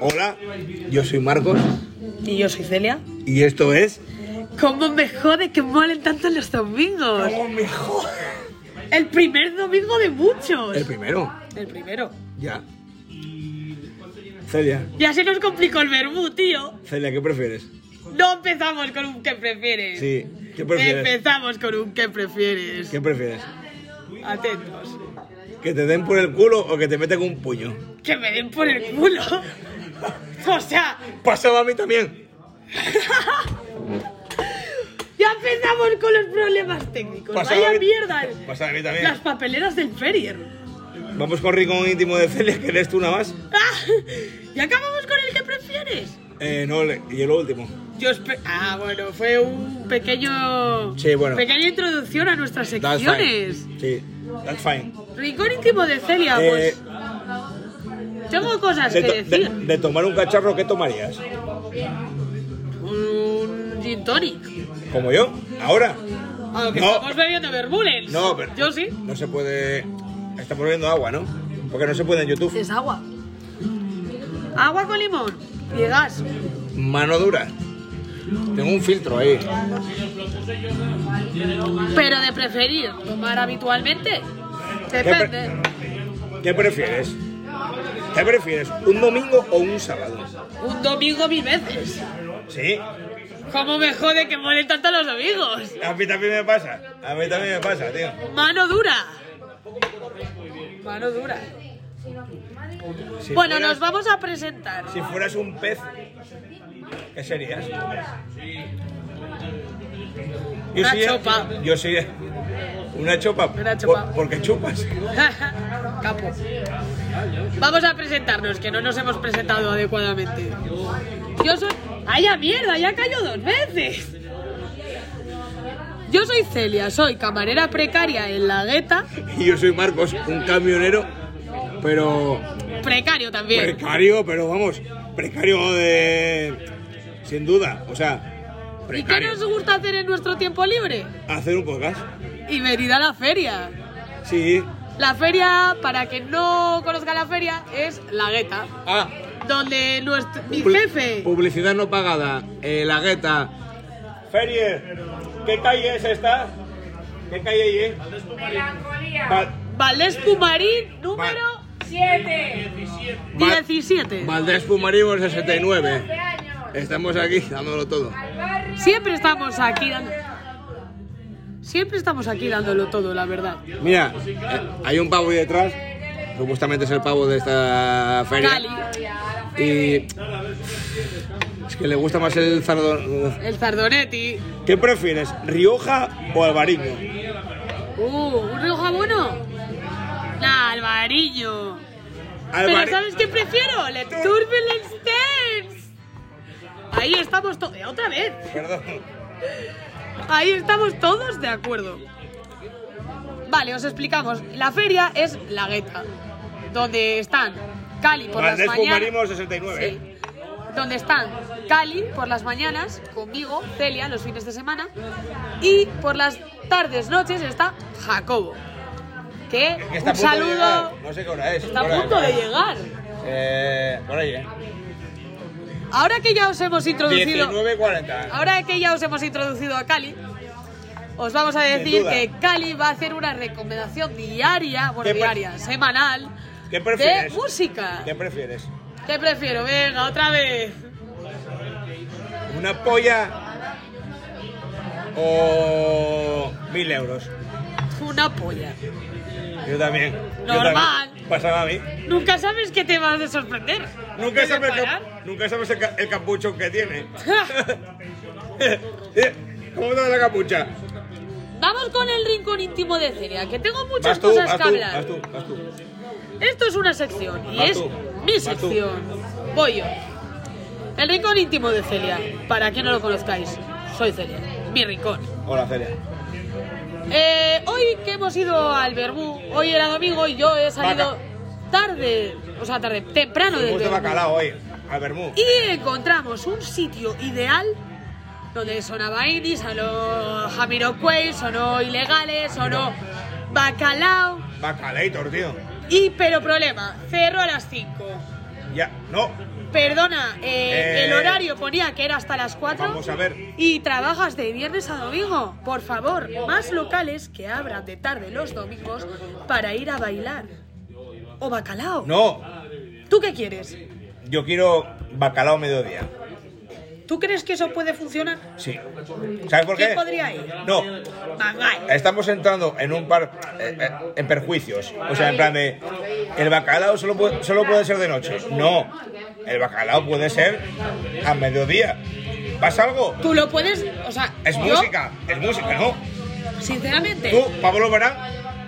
Hola, yo soy Marcos Y yo soy Celia. y esto es. ¿Cómo me jode que molen tanto los domingos? mejor! El primer domingo de muchos. El primero, El primero. ya. Celia, Ya se nos complicó el vermú, tío. Celia, ¿qué prefieres? No empezamos con un que prefieres. Sí, pues ¿qué prefieres? Empezamos con un que prefieres. ¿Qué prefieres? Atentos. ¿Que te den por el culo o que te meten un puño? Que me den por el culo. o sea, Pasaba a mí también. ya empezamos con los problemas técnicos. Pasaba Vaya que- Eh. mierda. pasaba que también. Las papeleras del Ferrier. Vamos con rico íntimo de Celia, que lees tú una más. Ah, y acabamos con el que prefieres. Eh, no, le- y el último. Yo espe- ah, bueno, fue un pequeño. Sí, bueno. Pequeña introducción a nuestras That's fine. secciones. Sí, that's fine. Rincón íntimo de Celia, Eh, pues. Tengo cosas de, que to- decir. de- de tomar un cacharro, ¿qué tomarías? Un gin tonic. ¿Como yo? ¿Ahora? Aunque No. estamos bebiendo verbulens. No, pero. Yo sí. No se puede. Estamos bebiendo agua, ¿no? Porque no se puede en YouTube. Es agua. Agua con limón y gas. Mano dura. Tengo un filtro ahí. Pero de preferir tomar habitualmente. pre- Depende. ¿Qué prefieres? ¿Qué prefieres? ¿Un domingo o un sábado? Un domingo mil veces. ¿Sí? ¿Cómo me jode que mueren tanto los domingos? A mí también me pasa. A mí también me pasa, tío. Mano dura. Mano dura. Si bueno, fueras- nos vamos a presentar. Si fueras un pez, ¿qué serías? Yo Una chopa. Yo sería. Una chopa. Una chopa. Por- porque chupas. Capo. Vamos a presentarnos, que no nos hemos presentado adecuadamente. Yo soy. ¡Ay, a mierda! Ya cayó dos veces. Yo soy Celia, soy camarera precaria en la gueta. Y yo soy Marcos, un camionero, pero Precario también. precario, pero vamos, precario de. Sin duda, o sea, ¿Y qué precario. nos gusta hacer en nuestro tiempo libre? Hacer un podcast. Y venir a la feria. Sí. La feria, para quien no conozca la feria, es la gueta. Ah, Donde nuestro, mi publi- jefe. Publicidad no pagada, eh, la gueta. Ferie, ¿qué calle es esta? ¿Qué calle es? Val- Valdés Pumarín, número Val- 17. Valdés Pumarín 69. Estamos aquí dándolo todo. Siempre estamos aquí dando... Siempre estamos aquí dándolo todo, la verdad. Mira, eh, hay un pavo ahí detrás. Supuestamente es el pavo de esta feria. Cali, Y. Es que le gusta más el zardón. el Zardonetti. ¿Qué prefieres, Rioja o Albariño? Uh, un Rioja bueno. Nah, Alvariño. Pero ¿sabes qué prefiero? Le Turbulence Dance. Ahí estamos todos. Otra vez. Perdón. Ahí estamos todos de acuerdo. Vale, os explicamos. La feria es la gueta, donde están Cali por las Valdés Pumarimo mañanas. 69. ¿eh? Sí. Donde están Cali por las mañanas, conmigo, Celia, los fines de semana. Y por las tardes, noches está Jacobo. Que Que está a un punto de saludo. llegar. No sé qué hora es. Está ¿Qué hora a es? punto de llegar. Eh, por ahí, ¿eh? Ahora que ya os hemos introducido. 19.40. Ahora que ya os hemos introducido a Cali, os vamos a decir duda. que Cali va a hacer una recomendación diaria, bueno, ¿Qué pre- diaria, semanal, ¿Qué de prefieres? música. ¿Qué prefieres? ¿Qué prefiero? Venga, otra vez. ¿Una polla o mil euros? Una polla. Yo también. Yo Normal. también. Pasaba a mí. Nunca sabes qué te vas a sorprender. Nunca ¿Te sabes, el, parar? cap- nunca sabes el, ca- el capuchón que tiene. ¿Cómo te va la capucha? Vamos con el rincón íntimo de Celia, que tengo muchas Vas tú, cosas vas que tú, hablar. vas tú, vas tú. Esto es una sección y Vas es tú, mi vas tú. sección. Voy yo. El rincón íntimo de Celia. Para quien no lo conozcáis, soy Celia. Mi rincón. Hola, Celia. Eh, hoy que hemos ido al Bermú, hoy era domingo y yo he salido tarde, o sea, tarde, temprano del Fuimos de Bermú. bacalao hoy, a Bermú. Y encontramos un sitio ideal donde sonaba indie, sonó Jamiroquai, sonó ilegales, sonó bacalao. Bacalator, tío. Y, pero problema, cerro a las 5. Ya, no. Perdona, eh, Eh, el horario ponía que era hasta las 4. vamos a ver. Y trabajas de viernes a domingo. Por favor, más locales que abran de tarde los domingos para ir a bailar. O bacalao. No, ¿Tú qué quieres? yo quiero bacalao mediodía. ¿Tú crees que eso puede funcionar? Sí. ¿Sabes por qué? ¿Quién podría ir? No. Mangal. Estamos entrando en un par eh, eh, en perjuicios. O sea, en plan de el bacalao solo puede, solo puede ser de noche. No. El bacalao puede ser a mediodía. ¿Pasa algo? Tú lo puedes, o sea, Es yo, música, es música, ¿no? Sinceramente, Tú, Pablo Verán,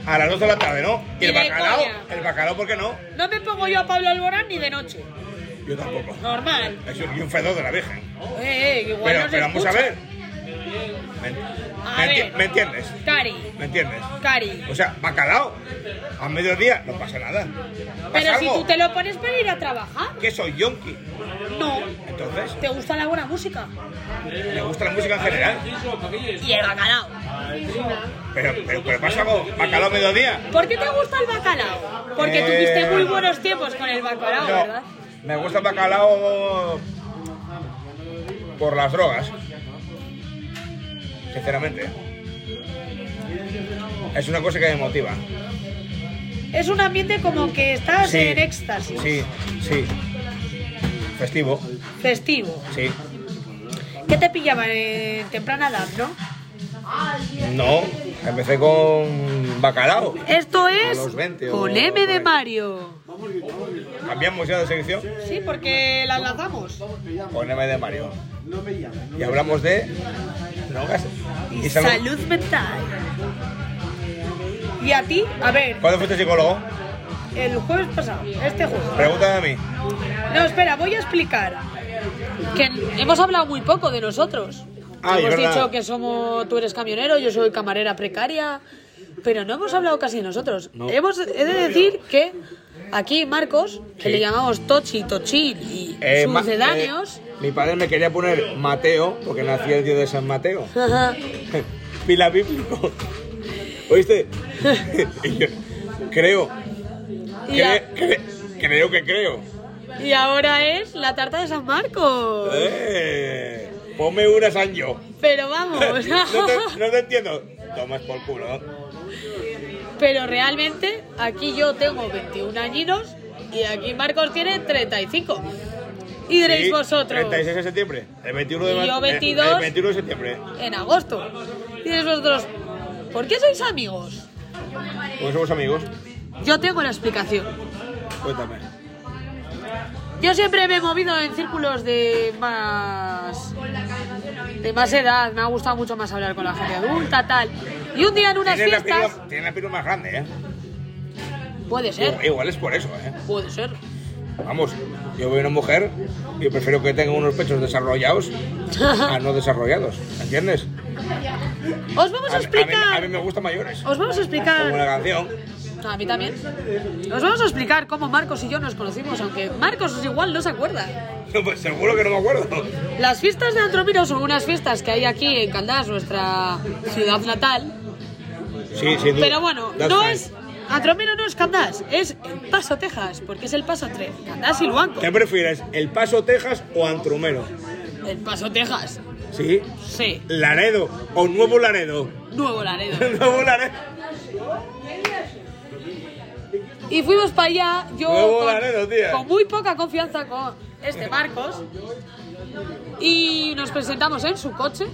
a las 2 de la tarde, ¿no? Y el Ni de bacalao, coña. el bacalao, ¿por qué no? no me pongo yo a Pablo Alborán ni de noche. Yo tampoco. Normal. Es un, y un fedor de la Virgen. Eh, eh, que igual Pero, nos pero vamos a escucha. ver. ¿Me, A me enti- ver. me entiendes? Cari, ¿Me entiendes? Cari. O sea, bacalao, a mediodía no pasa nada. ¿Pasa Pero si algo? tú te lo pones para ir a trabajar, Que soy yonki. no. Entonces, ¿Te gusta la buena música? me gusta la música en general. Y el bacalao. Pero, pero, pero pasa algo, bacalao a mediodía. ¿Por qué te gusta el bacalao? Porque Eh, tuviste muy buenos tiempos con el bacalao, Ah, ¿verdad? No, me gusta el bacalao por las drogas. Sinceramente. Es una cosa que me motiva. Es un ambiente como que estás Sí, en éxtasis. Sí, sí. Festivo, Festivo. sí. ¿Qué te pillaban en temprana edad, no? No, empecé con bacalao. Esto es los 20 o con M por de ahí. Mario. Cambiamos ya de sección Sí, porque las lanzamos. con M de Mario. Y hablamos de drogas y salud. Salud mental. ¿Y a ti? A ver, ¿Cuándo fuiste psicólogo? el jueves pasado, este jueves. Pregúntame a mí. No, espera, voy a explicar. Que hemos hablado muy poco de nosotros. Ay, hemos Ah, verdad. dicho que somos, tú eres camionero, yo soy camarera precaria, pero no hemos hablado casi de nosotros. Hemos, he de decir que aquí Marcos, que Sí. le llamamos Tochi, Tochil y Eh, ma- sucedáneos, eh, mi padre me quería poner Mateo, porque nací el día de San Mateo. Pila bíblico. ¿Oíste? Y yo, creo, y, a- cre- cre- creo que creo. y ahora es la tarta de San Marcos. Eh, ponme una San yo. Pero vamos, No te, no te entiendo. Tomas por culo. ¿no? pero realmente aquí yo tengo 21 añinos y aquí Marcos tiene 35. Y diréis Sí, vosotros 36 de septiembre. El 21 de Y ma- yo el- 22. El 21 de septiembre. en agosto. Y diréis vosotros, ¿por qué sois amigos? Porque somos amigos. Yo tengo la explicación. Cuéntame. Yo siempre me he movido en círculos de más de más edad, me ha gustado mucho más hablar con la gente adulta, tal. Y un día en unas Tienes la fiestas, pirula- tienes la pirula más grande, ¿eh? puede Igual, ser, igual es por eso, ¿eh? puede ser. Vamos, yo veo una mujer y prefiero que tenga unos pechos desarrollados a no desarrollados, ¿entiendes? Os vamos A, a a mí, a mí explicar, me gustan mayores. os vamos a Como la explicar canción. A mí también. Os vamos a explicar cómo Marcos y yo nos conocimos, aunque Marcos igual no se acuerda. No, pues seguro que no me acuerdo. Las fiestas de Antromiro son unas fiestas que hay aquí en Candás, nuestra ciudad natal. Sí, sí. Pero bueno, no es. Antromiro no es Candás, es el Paso Texas, porque es el paso entre Candás y Luanco. ¿Qué prefieres, El Paso, Texas o Antrumero? El Paso Texas, Sí. sí, Laredo o Nuevo Laredo. Nuevo Laredo. Nuevo Laredo. Y fuimos para allá, yo Nuevo con, Laredo, tía. con muy poca confianza con este Marcos. Y nos presentamos en su coche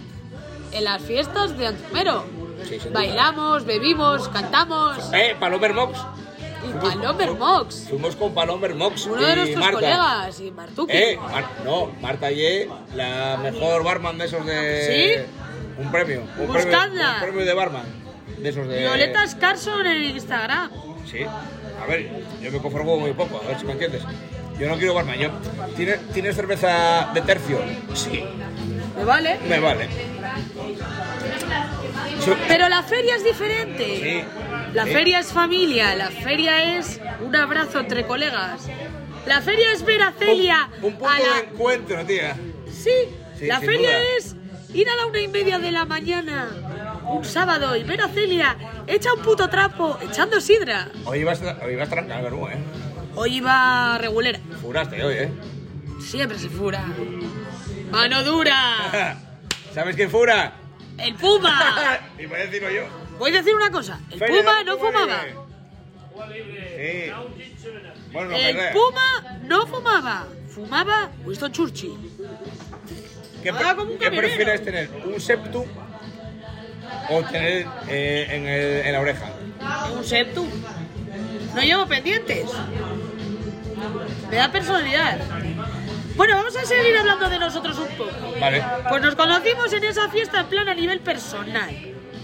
en las fiestas de Antumero. Sí, sin duda. Bailamos, bebimos, cantamos. Eh, Palomer Mox. Y Palomer Mox, Fuimos con Palomer Mox uno y de nuestros Marta. colegas, y Martuki. Eh, Mar- no, Marta Ye, la mejor barman de esos de. ¿Sí? Un premio. Un Buscadla. Premio, un premio de barman. De esos de. Violeta Scarson en Instagram. Sí. A ver, yo me conformo muy poco, a ver si me entiendes. Yo no quiero barman, yo. ¿Tienes, ¿tienes cerveza de tercio? Sí. ¿Me vale? Me vale. Su- Pero la feria es diferente. Sí. La Sí. feria es familia, la feria es un abrazo entre colegas. La feria es ver a Celia Un, un punto a la- de encuentro, tía. Sí, Sí, la sin feria duda. es ir a la una y media de la mañana un sábado y ver a Celia echa un puto trapo echando sidra. Hoy ibas, hoy ibas tranca, Garú, ¿eh? Hoy iba regulera. Furaste hoy, ¿eh? Siempre se fura. ¡Mano dura! ¿Sabes quién fura? ¡El Puma! Iba a decirlo yo. Voy a decir una cosa. Ah. El Feria Puma del no Puma fumaba. libre. Sí. Bueno, El Ferrer, Puma no fumaba. Fumaba Winston Churchill. ¿qué, pre- Ah, como un qué camionero. prefieres tener? ¿Un septum o tener eh, en, el- en la oreja? Un septum. No llevo pendientes. Me da personalidad. Bueno, vamos a seguir hablando de nosotros un poco. Vale. Pues nos conocimos en esa fiesta en plan a nivel personal.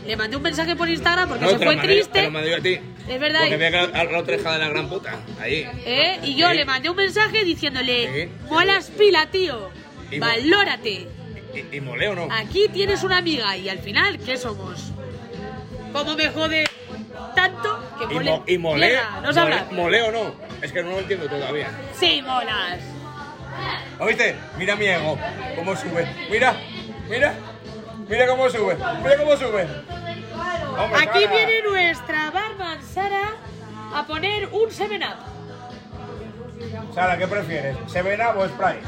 Le mandé un mensaje por Instagram porque No, se te lo fue mandé- triste. Te lo mandé yo a ti. Es verdad. Porque había que la, la otra hija de la gran puta. Ahí. ¿Eh? Y yo Sí. le mandé un mensaje diciéndole, Sí. molas pila, tío, Y- valórate. ¿Y, y molé o no? Aquí tienes una amiga y al final, ¿qué somos? ¿Cómo me jode tanto que y, mole? mo- y molé, Mierda, no molé, sabrá. molé o no. Es que no lo entiendo todavía. Sí, molas. ¿Oíste? Mira mi ego, cómo sube. Mira, mira, mira cómo sube. Mira cómo sube. Hombre, Aquí Sara. viene nuestra barman Sara a poner un 7-up. Sara, ¿qué prefieres? ¿Sevena o Sprite?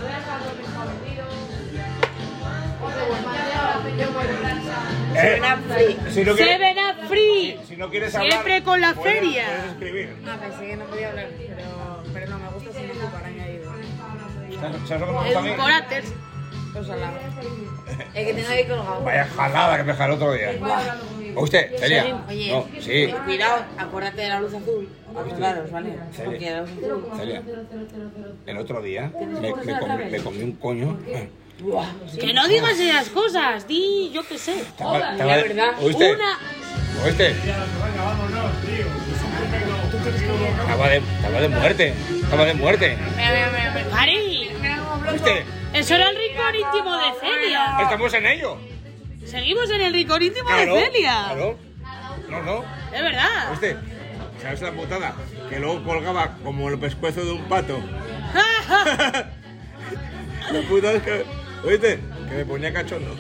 Eh, si no quieres, 7-up free. si no quieres hablar, Siempre con la puedes- feria. puedes escribir. Ah, pensé que no podía hablar, pero, pero no, me gusta sin azúcar añadido. ¿Sabes- ¿Sabes lo que me gusta a mí? Edulcorantes. Ojalá. El que tengo ahí colgado. Vaya jalada que me jaló otro día. ¿Oíste? Celia. Oye, No, sí. Ah, pues eh, cuidado, acuérdate de la luz azul. Acordaros, ¿vale? Sí. Porque la luz azul. Celia. El otro día me, me comí, me comí un coño. Buah, Que no digas esas cosas, di yo qué sé. Estaba- la estaba- verdad. ¿Oíste? Una. ¿Oíste? Estaba de, estaba de muerte, estaba de muerte. ¡Ari! ¿Oíste? Eso era el rincón íntimo de Celia. Estamos en ello. Seguimos Ah, en el rincón íntimo Claro, de Celia. claro. No, no. Es verdad. ¿Oíste? ¿Sabes la putada? Que luego colgaba como el pescuezo de un pato. La puta es que... ¿Oíste? Que me ponía cachondo.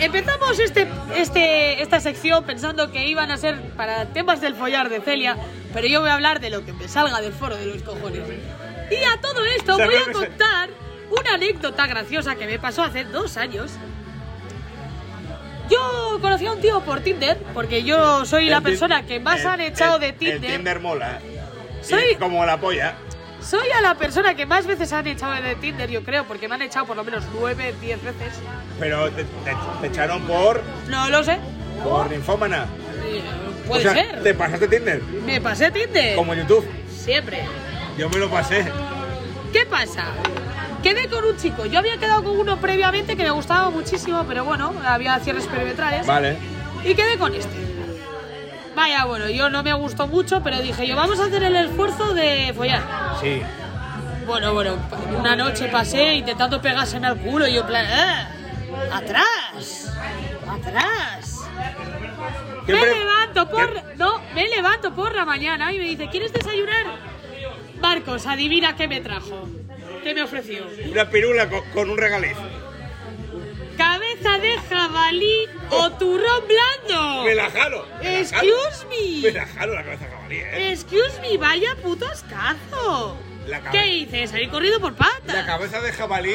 Empezamos este, este, esta sección pensando que iban a ser para temas del follar de Celia, pero yo voy a hablar de lo que me salga del foro de los cojones. Y a todo esto voy a contar una anécdota graciosa que me pasó hace dos años. Yo conocí a un tío por Tinder, porque yo soy la El ti- persona que más el- han echado el- de El Tinder mola. Soy- Y como la polla. Soy a la persona que más veces han echado de Tinder, yo creo, porque me han echado por lo menos 9, 10 veces. Pero te, te- te echaron por... No lo sé. Por ninfómana. Eh, Puede O sea, ser. Te pasaste Tinder. Me pasé Tinder. Como YouTube. Siempre. Yo me lo pasé. ¿Qué pasa? Quedé con un chico. Yo había quedado con uno previamente que me gustaba muchísimo, pero bueno, había cierres perimetrales. Vale. Y quedé con este. Vaya, bueno, yo no me gustó mucho, pero dije yo, vamos a hacer el esfuerzo de follar. Sí. Bueno, bueno, una noche pasé intentando pegarse en el culo y yo en plan, "Ah, ¡Atrás! ¡Atrás! ¿Qué Me pre- levanto por... qué- No, me levanto por la mañana y me dice, ¿quieres desayunar? Marcos, adivina qué me trajo. ¿Qué me ofreció? Una pirula con, con un regaliz. Cabeza de jabalí o turrón blando. Me la jalo. me la jalo. Excuse me. Me la jalo la cabeza de jabalí, ¿eh? Excuse me, vaya puto ascazo. La cabe- ¿Qué hice? Salí corrido por patas. La cabeza de jabalí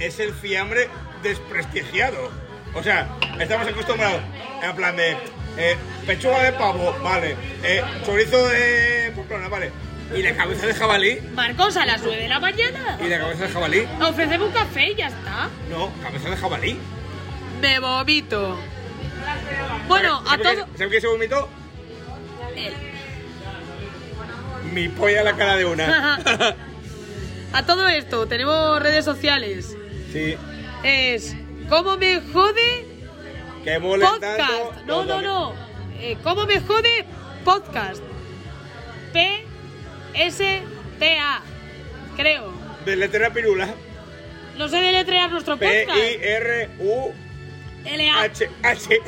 es el fiambre desprestigiado. O sea, estamos acostumbrados en plan de eh, pechuga de pavo, vale, eh, chorizo de poplona, vale. Y la cabeza de jabalí, Marcos, a las 9 de la mañana. y la cabeza de jabalí, Ofreceme un café y ya está. no, cabeza de jabalí. Me vomito. Bueno, a ¿Sabes todo. qué- ¿Sabes qué se vomitó? Mi polla a la cara de una. eh, A todo esto, tenemos redes sociales. sí. Es. ¿Cómo me jode Que mole tanto. podcast? No, no, no. Eh, ¿Cómo me jode podcast? P-S-T-A. Creo. De letra pirula. No sé deletrear nuestro podcast. P-I-R-U-H. L-A. H.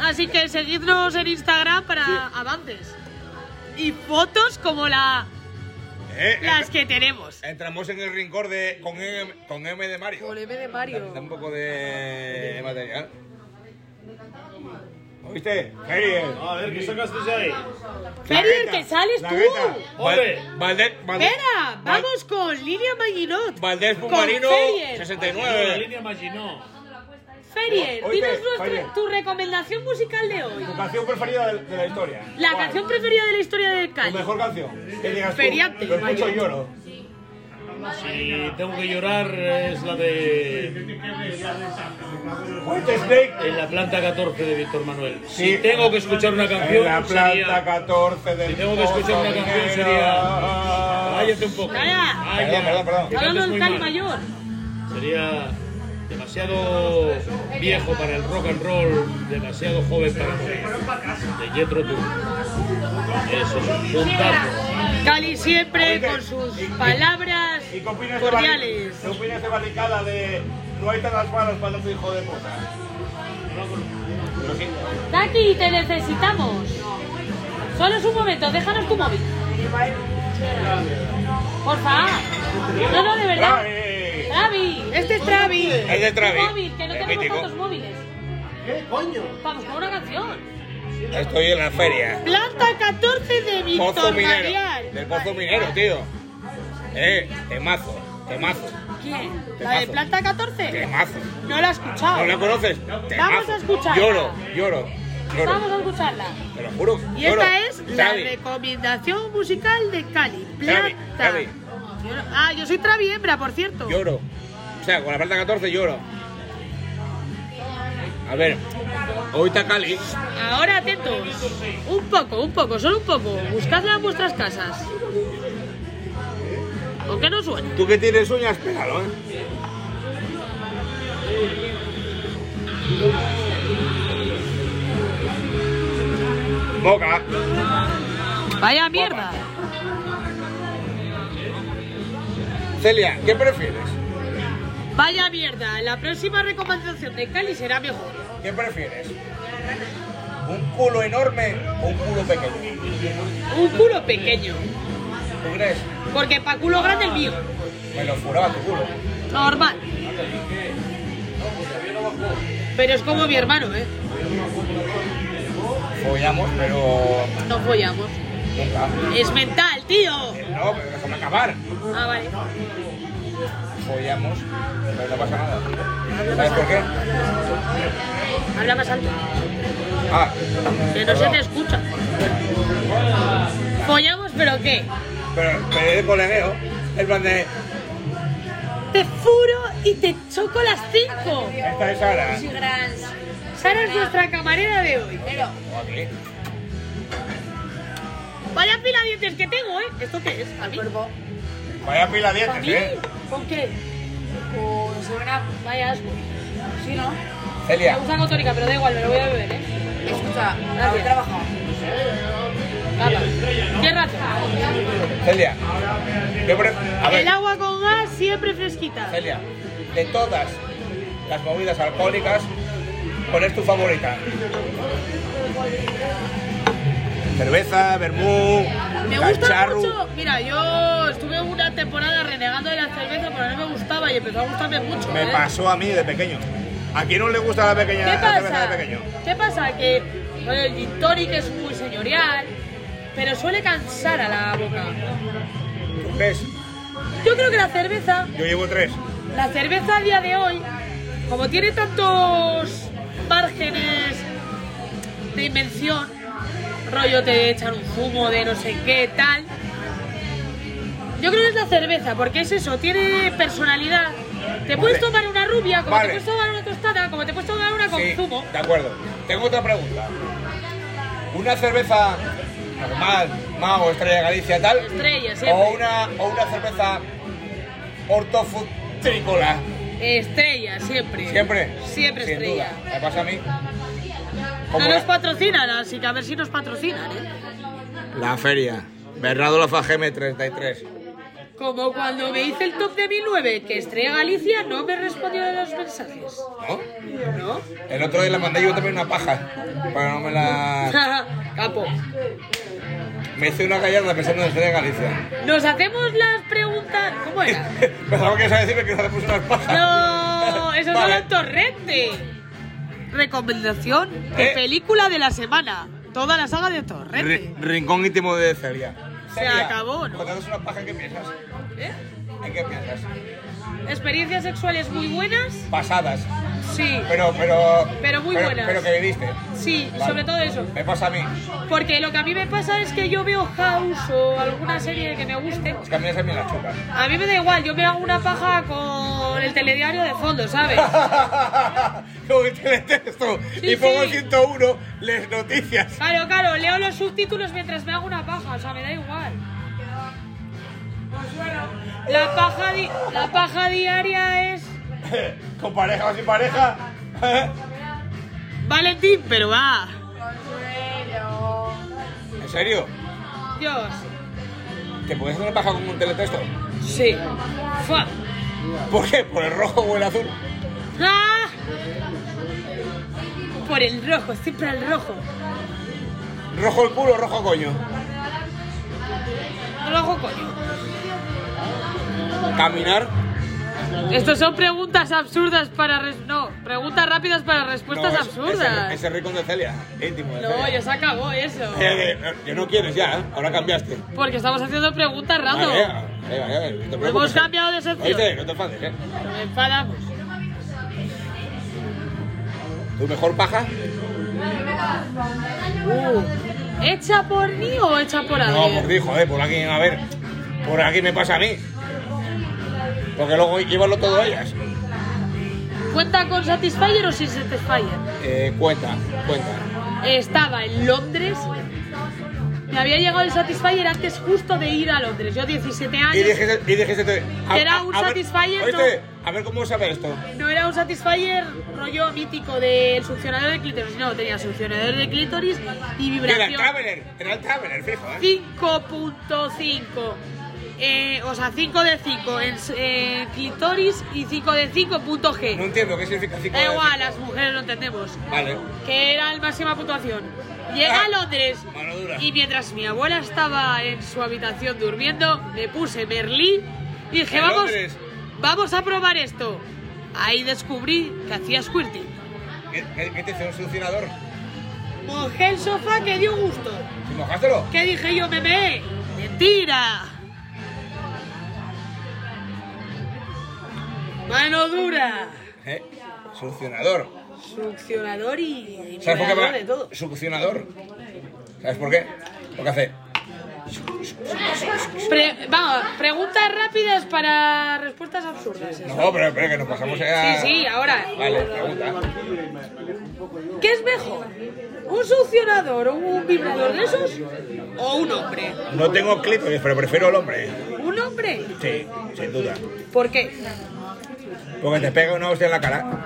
Así que seguidnos en Instagram para avances. Y fotos como la Eh, las que tenemos. Entramos en el rincón de con M, con M de Mario. Con M de Mario. Da un poco de material. ¿Oíste? eh. Ferie. A ver, ¿qué sacaste ahí? Ferrier, que sales tú. Hombre. Valdés, Valdés. Espera, vamos con Lidia Maginot. Valdés con Pumarino, Ferrier. La 69. línea Maginot. Ferrier, Oye, dinos nuestra- Ferrier. tu recomendación musical de hoy. Tu canción preferida de, de la historia. La ¿Cuál? canción preferida de la historia de Tu Cali. mejor canción. Que digas tú, Feriante, Lo escucho y vaya. lloro. Si tengo que llorar es la de White Snake. en la planta 14 de Víctor Manuel. Sí. Si tengo que escuchar una En canción la planta sería... 14 del Si tengo que escuchar una Pozo canción Minero. sería... Cállate un poco. Calla. Calla. Perdón, perdón, perdón. Que Hablando cantas del muy Cali mal. mayor. Sería demasiado viejo para el rock and roll, demasiado joven para morir. De Jethro Tull. Eso, un taco. Cali siempre con sus palabras ¿Y qué opinas de cordiales. barri- ¿Qué opinas de barricada de no hay las manos para tu hijo de puta? Pero sí. Taki, te necesitamos. Solo es un momento, déjanos tu móvil. Por favor. No, no, de verdad. ¡Bravi! Travi. Este es Travi. Es de Travi. Tu móvil, que no Es tenemos mítico. tantos móviles. ¿Qué coño? Vamos con una canción. Estoy en la feria. Planta 14 de Pozo Víctor minero. Marial. Del pozo minero, tío. Eh, temazo, temazo, ¿Quién? ¿La de Temazo. Planta 14? temazo. No la he escuchado. ¿No la conoces? Temazo. Vamos a escucharla. Lloro, lloro, Vamos lloro. a escucharla. Te lo juro. Y lloro. esta es la Xavi, recomendación musical de Cali. Travi, Plata. Travi. Yo no- Ah, yo soy Travi hembra, por cierto. Lloro. O sea, con la planta 14 lloro. A ver, hoy está Cali. Ahora atentos. Un poco, un poco, solo un poco. Buscadla en vuestras casas. Aunque no suene. Tú que tienes uñas, pégalo, ¿eh? Boca. Vaya mierda. Celia, ¿qué prefieres? Vaya mierda. La próxima recomendación de Cali será mejor. ¿Qué prefieres? ¿Un culo enorme o un culo pequeño? Un culo pequeño. ¿Tú crees? Porque pa' culo grande el mío. Me lo furaba tu culo. Normal. Pero es como mi hermano, ¿eh? Follamos, pero No follamos. nunca. Es mental, tío. No, pero déjame acabar. Ah, vale. Follamos, pero no pasa nada. ¿Sabes por qué? Habla más alto. Ah, Que no se te escucha. Follamos, pero ¿qué? pero, pero el colegueo, el plan de... Te furo y te choco las cinco. Esta es Sara. Sara es nuestra camarera de hoy. Joder. Vaya pila de dientes que tengo, ¿eh? ¿Esto qué es? ¿A mí? Vaya pila de ¿A dientes, mí? ¿eh? ¿Con qué? Con Severa. Vaya asco. Sí, ¿no? Me Celia, gusta con tónica, pero da igual, me lo voy a beber, ¿eh? Escucha, la he trabajado. Nada. Tienes razón. Celia. ¿qué pre- A ver, El agua con gas siempre fresquita. Celia, de todas las movidas alcohólicas, ¿cuál es tu favorita? Cerveza, vermú, Me gusta cacharro. mucho. Mira, yo estuve una temporada renegando de la cerveza, pero no me gustaba y empezó a gustarme mucho. Me ¿eh? pasó a mí de pequeño. ¿A quién no le gusta la pequeña ¿Qué la cerveza pasa? de pequeño? ¿Qué pasa? Que bueno, el gin tonic es muy señorial, pero suele cansar a la boca. ¿Tú crees? Yo creo que la cerveza, Yo llevo tres. la cerveza a día de hoy, como tiene tantos márgenes de invención, rollo te echan un zumo de no sé qué, tal. Yo creo que es la cerveza, porque es eso, tiene personalidad. Te puedes Vale. tomar una rubia, como Vale. te puedes tomar una tostada, como te puedes tomar una con Sí, zumo. de acuerdo. Tengo otra pregunta. ¿Una cerveza normal, Mao, Estrella Galicia, tal? Estrella, o siempre. una, o una cerveza hortofrutícola. Estrella, siempre. Siempre. Siempre Sin estrella. Duda. Me pasa a mí. No nos la, patrocinan, así que a ver si nos patrocinan, ¿eh? la feria. Bernardo La Fageme 33. Como cuando me hice el top de 2009, que Estrella Galicia no me respondió de los mensajes. ¿No? ¿No? El otro día le mandé yo también una paja. Para no me la. Capo. Me hice una gallarda pensando en estar en Galicia. Nos hacemos las preguntas. ¿Cómo era? Pensaba que ibas a decirme que nos hacemos unas pajas. No, eso es Vale. solo en torrente. Recomendación de Eh. película de la semana. Toda la saga de torrente. Ri- rincón íntimo de Celia. Se Celia, acabó, ¿no? Cuando haces una paja, ¿en qué piensas? ¿Eh? ¿En qué piensas? Experiencias sexuales muy buenas. Pasadas. Sí, Pero, pero. Pero muy buenas. Pero que viviste. sí, Vale. sobre todo eso. Me pasa a mí. Porque lo que a mí me pasa es que yo veo House o alguna serie que me guste. Es que a mí se me la chupa. A mí me da igual, yo me hago una paja con el telediario de fondo, ¿sabes? Como que te detesto. Sí, y pongo sí. el 101, les noticias. Claro, claro, leo los subtítulos mientras me hago una paja, o sea, me da igual. La paja, di- la paja diaria es Con pareja o sin pareja. ¿Eh? Valentín, pero va. ¿En serio? Dios. ¿Te puedes hacer una paja con un teletexto? Sí. Fua. ¿Por qué? ¿Por el rojo o el azul? Ah. Por el rojo, siempre el rojo. ¿Rojo el culo o rojo coño? Rojo coño. ¿Caminar? Estos son preguntas absurdas para res- no, preguntas rápidas para respuestas No, es- absurdas. Ese, ese rincón de Celia, íntimo de No, Celia. ya se acabó eso. Eh, eh, ya no quieres ya, ¿eh? ahora cambiaste. Porque estamos haciendo preguntas random. Vale, eh, eh, eh, no te Hemos preocupes. cambiado de sección. Oíste, no te enfades, ¿eh? Nos enfadamos. ¿Tu mejor paja? ¿Hecha por mí o hecha por No, alguien? por ti, joder, por aquí, a ver. Por aquí me pasa a mí. Porque luego llevarlo todo a ellas. ¿Cuenta con Satisfyer o sin Satisfyer? Eh, cuenta, cuenta. Estaba en Londres. Me había llegado el Satisfyer antes justo de ir a Londres. Yo 17 años. Y dijiste, y dijiste te- a- Era a- un a ver- Satisfyer, oíste, a ver cómo sabe esto. No era un Satisfyer rollo mítico del succionador de clítoris. No, tenía succionador de clítoris y Era el vibración. Traveler, era el Traveler, fijo, ¿eh? 5.5. Eh, o sea, 5 de 5 en eh, clitoris y 5 de 5.g. No entiendo qué significa 5 Da igual, las mujeres lo entendemos. Vale. Que era la máxima puntuación. Llega a Ah, Londres mano dura. y mientras mi abuela estaba en su habitación durmiendo, me puse Merlí y dije, En vamos, Londres. vamos a probar esto. Ahí descubrí que hacía squirting. ¿Qué, qué, qué te hizo e-, este un solucionador? Mojé el sofá que dio gusto. ¿Si mojástelo? ¿Qué dije yo, me meé? ¡Mentira! Mano dura, ¿Eh? Solucionador. succionador y... ¿Sabes por qué vibrador de todo. va? Solucionador. ¿Sabes por qué? Porque hace. Pre- va, preguntas rápidas para respuestas absurdas. eso. No, "Oh, pero, pero que nos pasamos a. Sí, sí, ahora. Vale, pregunta. ¿Qué es mejor? ¿Un succionador o un vibrador de esos? ¿O un hombre? No tengo clítoris, pero prefiero el hombre. ¿Un hombre? Sí, sin duda. ¿Por qué? Porque te pega una hostia en la cara.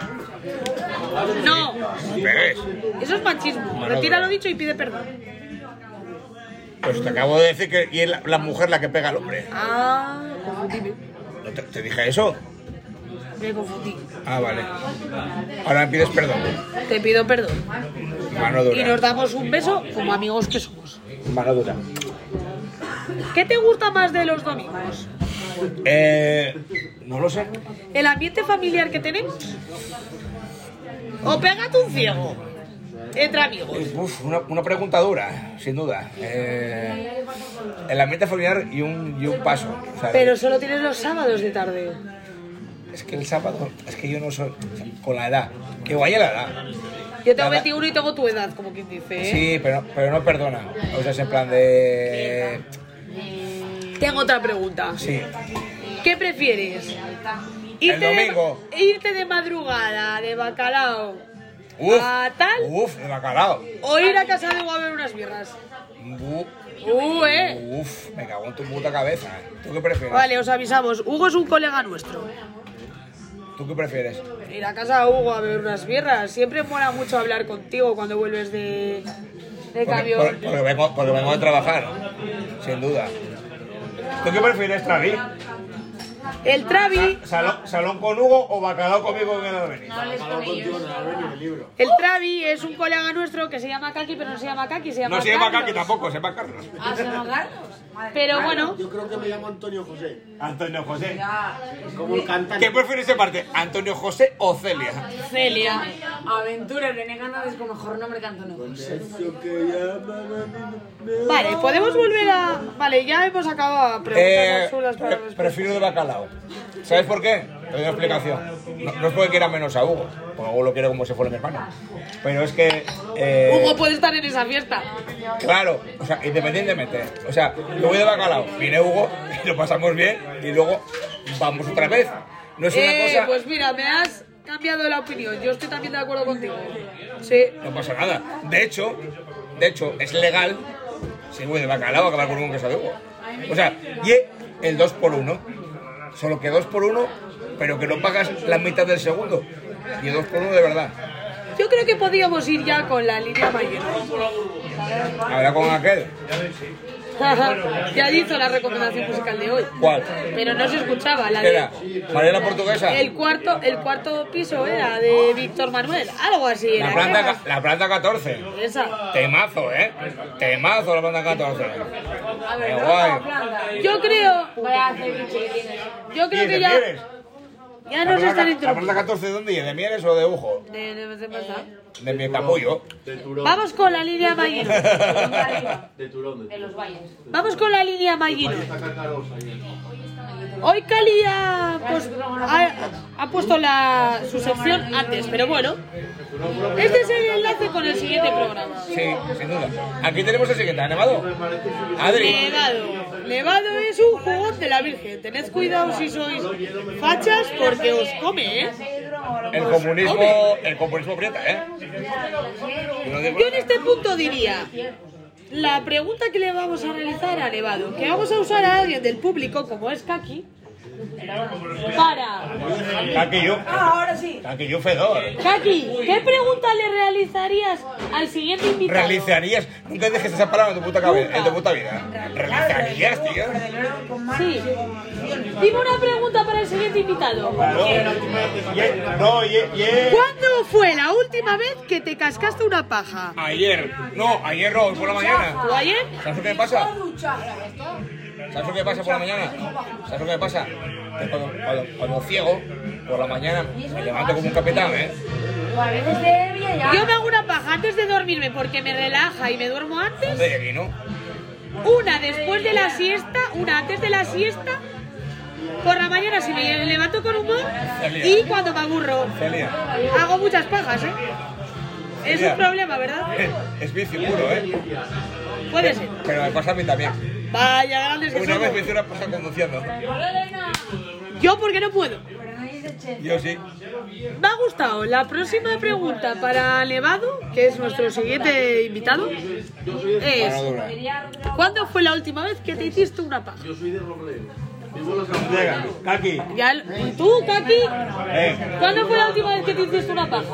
No, Pegues. eso es machismo. dura. Retira lo dicho y pide perdón. Pues te acabo de decir que y es la, la mujer la que pega al hombre. Ah, confundíme. ¿No te, te dije eso? Me confundí. Ah, vale. Ahora me pides perdón. Te pido perdón. Mano Y nos dura. damos un beso como amigos que somos. Mano dura. ¿Qué te gusta más de los domingos? Eh. No lo sé. ¿El ambiente familiar que tenemos? ¿O pégate un ciego? Entre amigos. Eh, Uf, una, una pregunta dura, sin duda. Eh, el ambiente familiar y un, y un paso. o sea, Pero solo tienes los sábados de tarde. Es que el sábado, es que yo no soy. Con la edad. Que guay la edad. Yo tengo Nada. 21 y tengo tu edad, como quien dice, ¿eh? Sí, pero, pero no perdona. O sea, es en plan de. Tengo otra pregunta. Sí. ¿Qué prefieres? domingo. De, irte de madrugada, de bacalao, Uf, a tal, uf, de bacalao. o ir a casa de Hugo a ver unas birras. Bu- Uh, eh. Uf, me cago en tu puta cabeza. eh. ¿Tú qué prefieres? Vale, os avisamos. Hugo es un colega nuestro. ¿Tú qué prefieres? Ir a casa de Hugo a ver unas birras. Siempre mola mucho hablar contigo cuando vuelves de, de Porque, camión. por- porque vengo, porque vengo de trabajar, sin duda. ¿Tú qué prefieres, Travi? El Travi, Salón, salón con Hugo o bacalao conmigo que no venís. Bacalao contigo no hablo ni el libro. el Travi es un colega nuestro que se llama Kaki, pero no se llama Kaki, se llama No se llama Carlos. Kaki tampoco, se llama Carlos. Ah, se llama Carlos. Madre Pero bueno, Yo creo que me llamo Antonio José. Antonio José. mía. Como el cantante. ¿Qué prefieres de parte? ¿Antonio José o Celia? Celia. Aventura, René Canales con mejor nombre que Antonio. Eso que llaman a mí no me- Vale, podemos volver a. Vale, ya hemos acabado preguntas Eh, absurdas para pre- responder. prefiero de bacalao. ¿Sabes por qué? Te doy una explicación. No, no es porque quiera menos a Hugo, porque Hugo lo quiere como si fuera mi hermano. Pero es que. eh, Hugo puede estar en esa fiesta. Claro, o sea, independientemente. O sea, yo voy de bacalao, viene Hugo, y lo pasamos bien, y luego vamos otra vez. No es una Eh, cosa. pues mira, me has cambiado la opinión. Yo estoy también de acuerdo contigo. Sí. No pasa nada. De hecho, de hecho, es legal, si voy de bacalao, acabar con un queso de Hugo. O sea, y el 2 por 1 Solo que 2 por 1 pero que no pagas la mitad del segundo. Y el 2 por 1 de verdad. Yo creo que podíamos ir ya con la línea mayor. Habrá con aquel. ya hizo la recomendación musical de hoy. ¿Cuál? Pero no se escuchaba la de- Era Mariana Portuguesa. El cuarto, el cuarto piso era de Víctor Manuel, algo así era. La planta, ca- la planta 14. Esa. Temazo, ¿eh? Temazo la banda 14. A Qué ver, guay. ropa planta. Yo creo, Vaya ceviche que tienes. yo creo ¿Y de que ya, Mieres? ¿La ya nos planta- están ¿La planta interrumpiendo. 14 de dónde? es? ¿De Mieres o de Ujo? De- de- de pasar. De mi capullo. Del turón. Vamos con la línea Mayino. Del turón. del De los valles. Vamos con la línea Mayino. turón. Está cargados ahí. Hoy Cali ha, pues, ha- ha puesto la, su sección antes, pero bueno. Este es el enlace con el siguiente programa. Sí, sin duda. Aquí tenemos el siguiente, ¿ha nevado? Adri. Nevado. Nevado es un jugón de la Virgen. Tened cuidado si sois fachas porque os come, ¿eh? El comunismo, el comunismo prieta, ¿eh? Y no digo- Yo en este punto diría, la pregunta que le vamos a realizar a Nevado, que vamos a usar a alguien del público como es Kaki, para... Kaki Yu. Ah, Ahora sí. Kaki Yu Fedor. Kaki, ¿qué pregunta le realizarías al siguiente invitado? Realizarías. Nunca dejes esa palabra en tu puta cabeza, en tu puta vida. Realizarías, tío. Sí. Dime una pregunta para el siguiente invitado. No, ye- ye- ¿Cuándo fue la última vez que te cascaste una paja? Ayer. No, ayer no, por la mañana. ¿O ayer? ¿Sabes lo que me pasa? ¿Sabes lo que me pasa por la mañana? ¿Sabes lo que me pasa? Que cuando, cuando- cuando ciego, por la mañana me levanto como un capitán, ¿eh? A veces de ebria ya. Yo me hago una paja antes de dormirme porque me relaja y me duermo antes. De aquí, ¿no? Una después de la siesta, una antes de la siesta. Por la mañana si me levanto con humor y cuando me aburro. Celia. Hago muchas pajas, ¿eh? Es un problema, ¿verdad? Es vicio puro, ¿eh? Puede ser. Pero me pasa a mí también. Vaya, grandes que Una vez me somos. hice una cosa conduciendo. Yo porque no puedo. Pero no dice che. Yo sí. Me ha gustado. La próxima pregunta para Levado, que es nuestro siguiente invitado, Mano es... dura. ¿Cuándo fue la última vez que te hiciste una paja? Yo soy de Robledo. Vivo en los Llega. campos. Kaki. Ya, ¿Y tú, Kaki? Eh. ¿Cuándo fue la última vez que te hiciste una paja?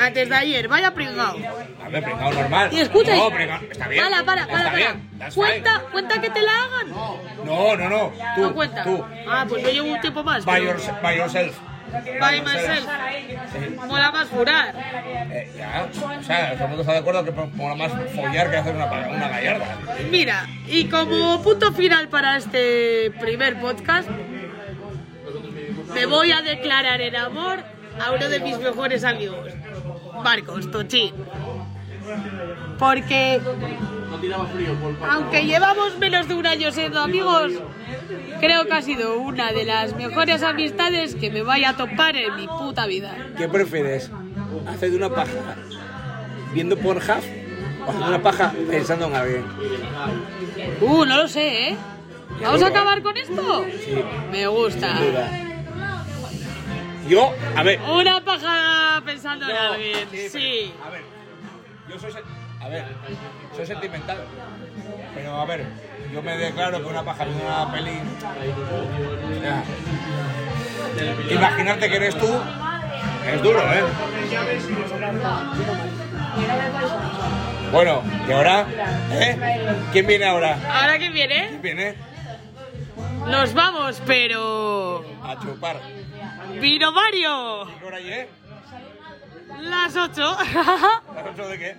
Antes de ayer, vaya pringao. A ver, pringao normal. Y escucha, No, y- pringao. Está bien. para, para, para, Está para. bien. That's fine. Cuenta, cuenta que te la hagan. No, No, no, no. Tú, cuenta. tú. Ah, pues yo llevo un tiempo más. By, pero- yours- by yourself. By myself. Mola más furar. Eh, ya. O sea, todo el mundo está de acuerdo que mola más follar que hacer una, pa- una gallarda. Mira, y como punto final para este primer podcast, me voy a declarar en amor a uno de mis mejores amigos, Marcos Tochi. Porque No tiraba frío, por aunque llevamos menos de un año siendo amigos, creo que ha sido una de las mejores amistades que me vaya a topar en mi puta vida. ¿Qué prefieres? ¿Hacer una paja viendo Pornhub o hacer una paja pensando en alguien? Uh, no lo sé, ¿eh? ¿Vamos a acabar con esto? Sí, Me gusta. sin duda. Yo, a ver. Una paja pensando en alguien, sí. pero, A ver, yo soy, sen- a ver, soy sentimental. Pero a ver, yo me declaro que una paja viendo una peli. o sea, Imaginarte que eres tú es duro, ¿eh? Bueno, ¿y ahora? ¿Eh? ¿Quién viene ahora? ¿Ahora quién viene? ¿Quién viene? Nos vamos, pero. A chupar. eh? ¡Vino Mario! ¿Qué hora llegué? Las 8 ¿Las ocho de qué?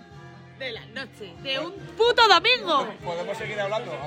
de la noche de un puto domingo. Podemos seguir hablando.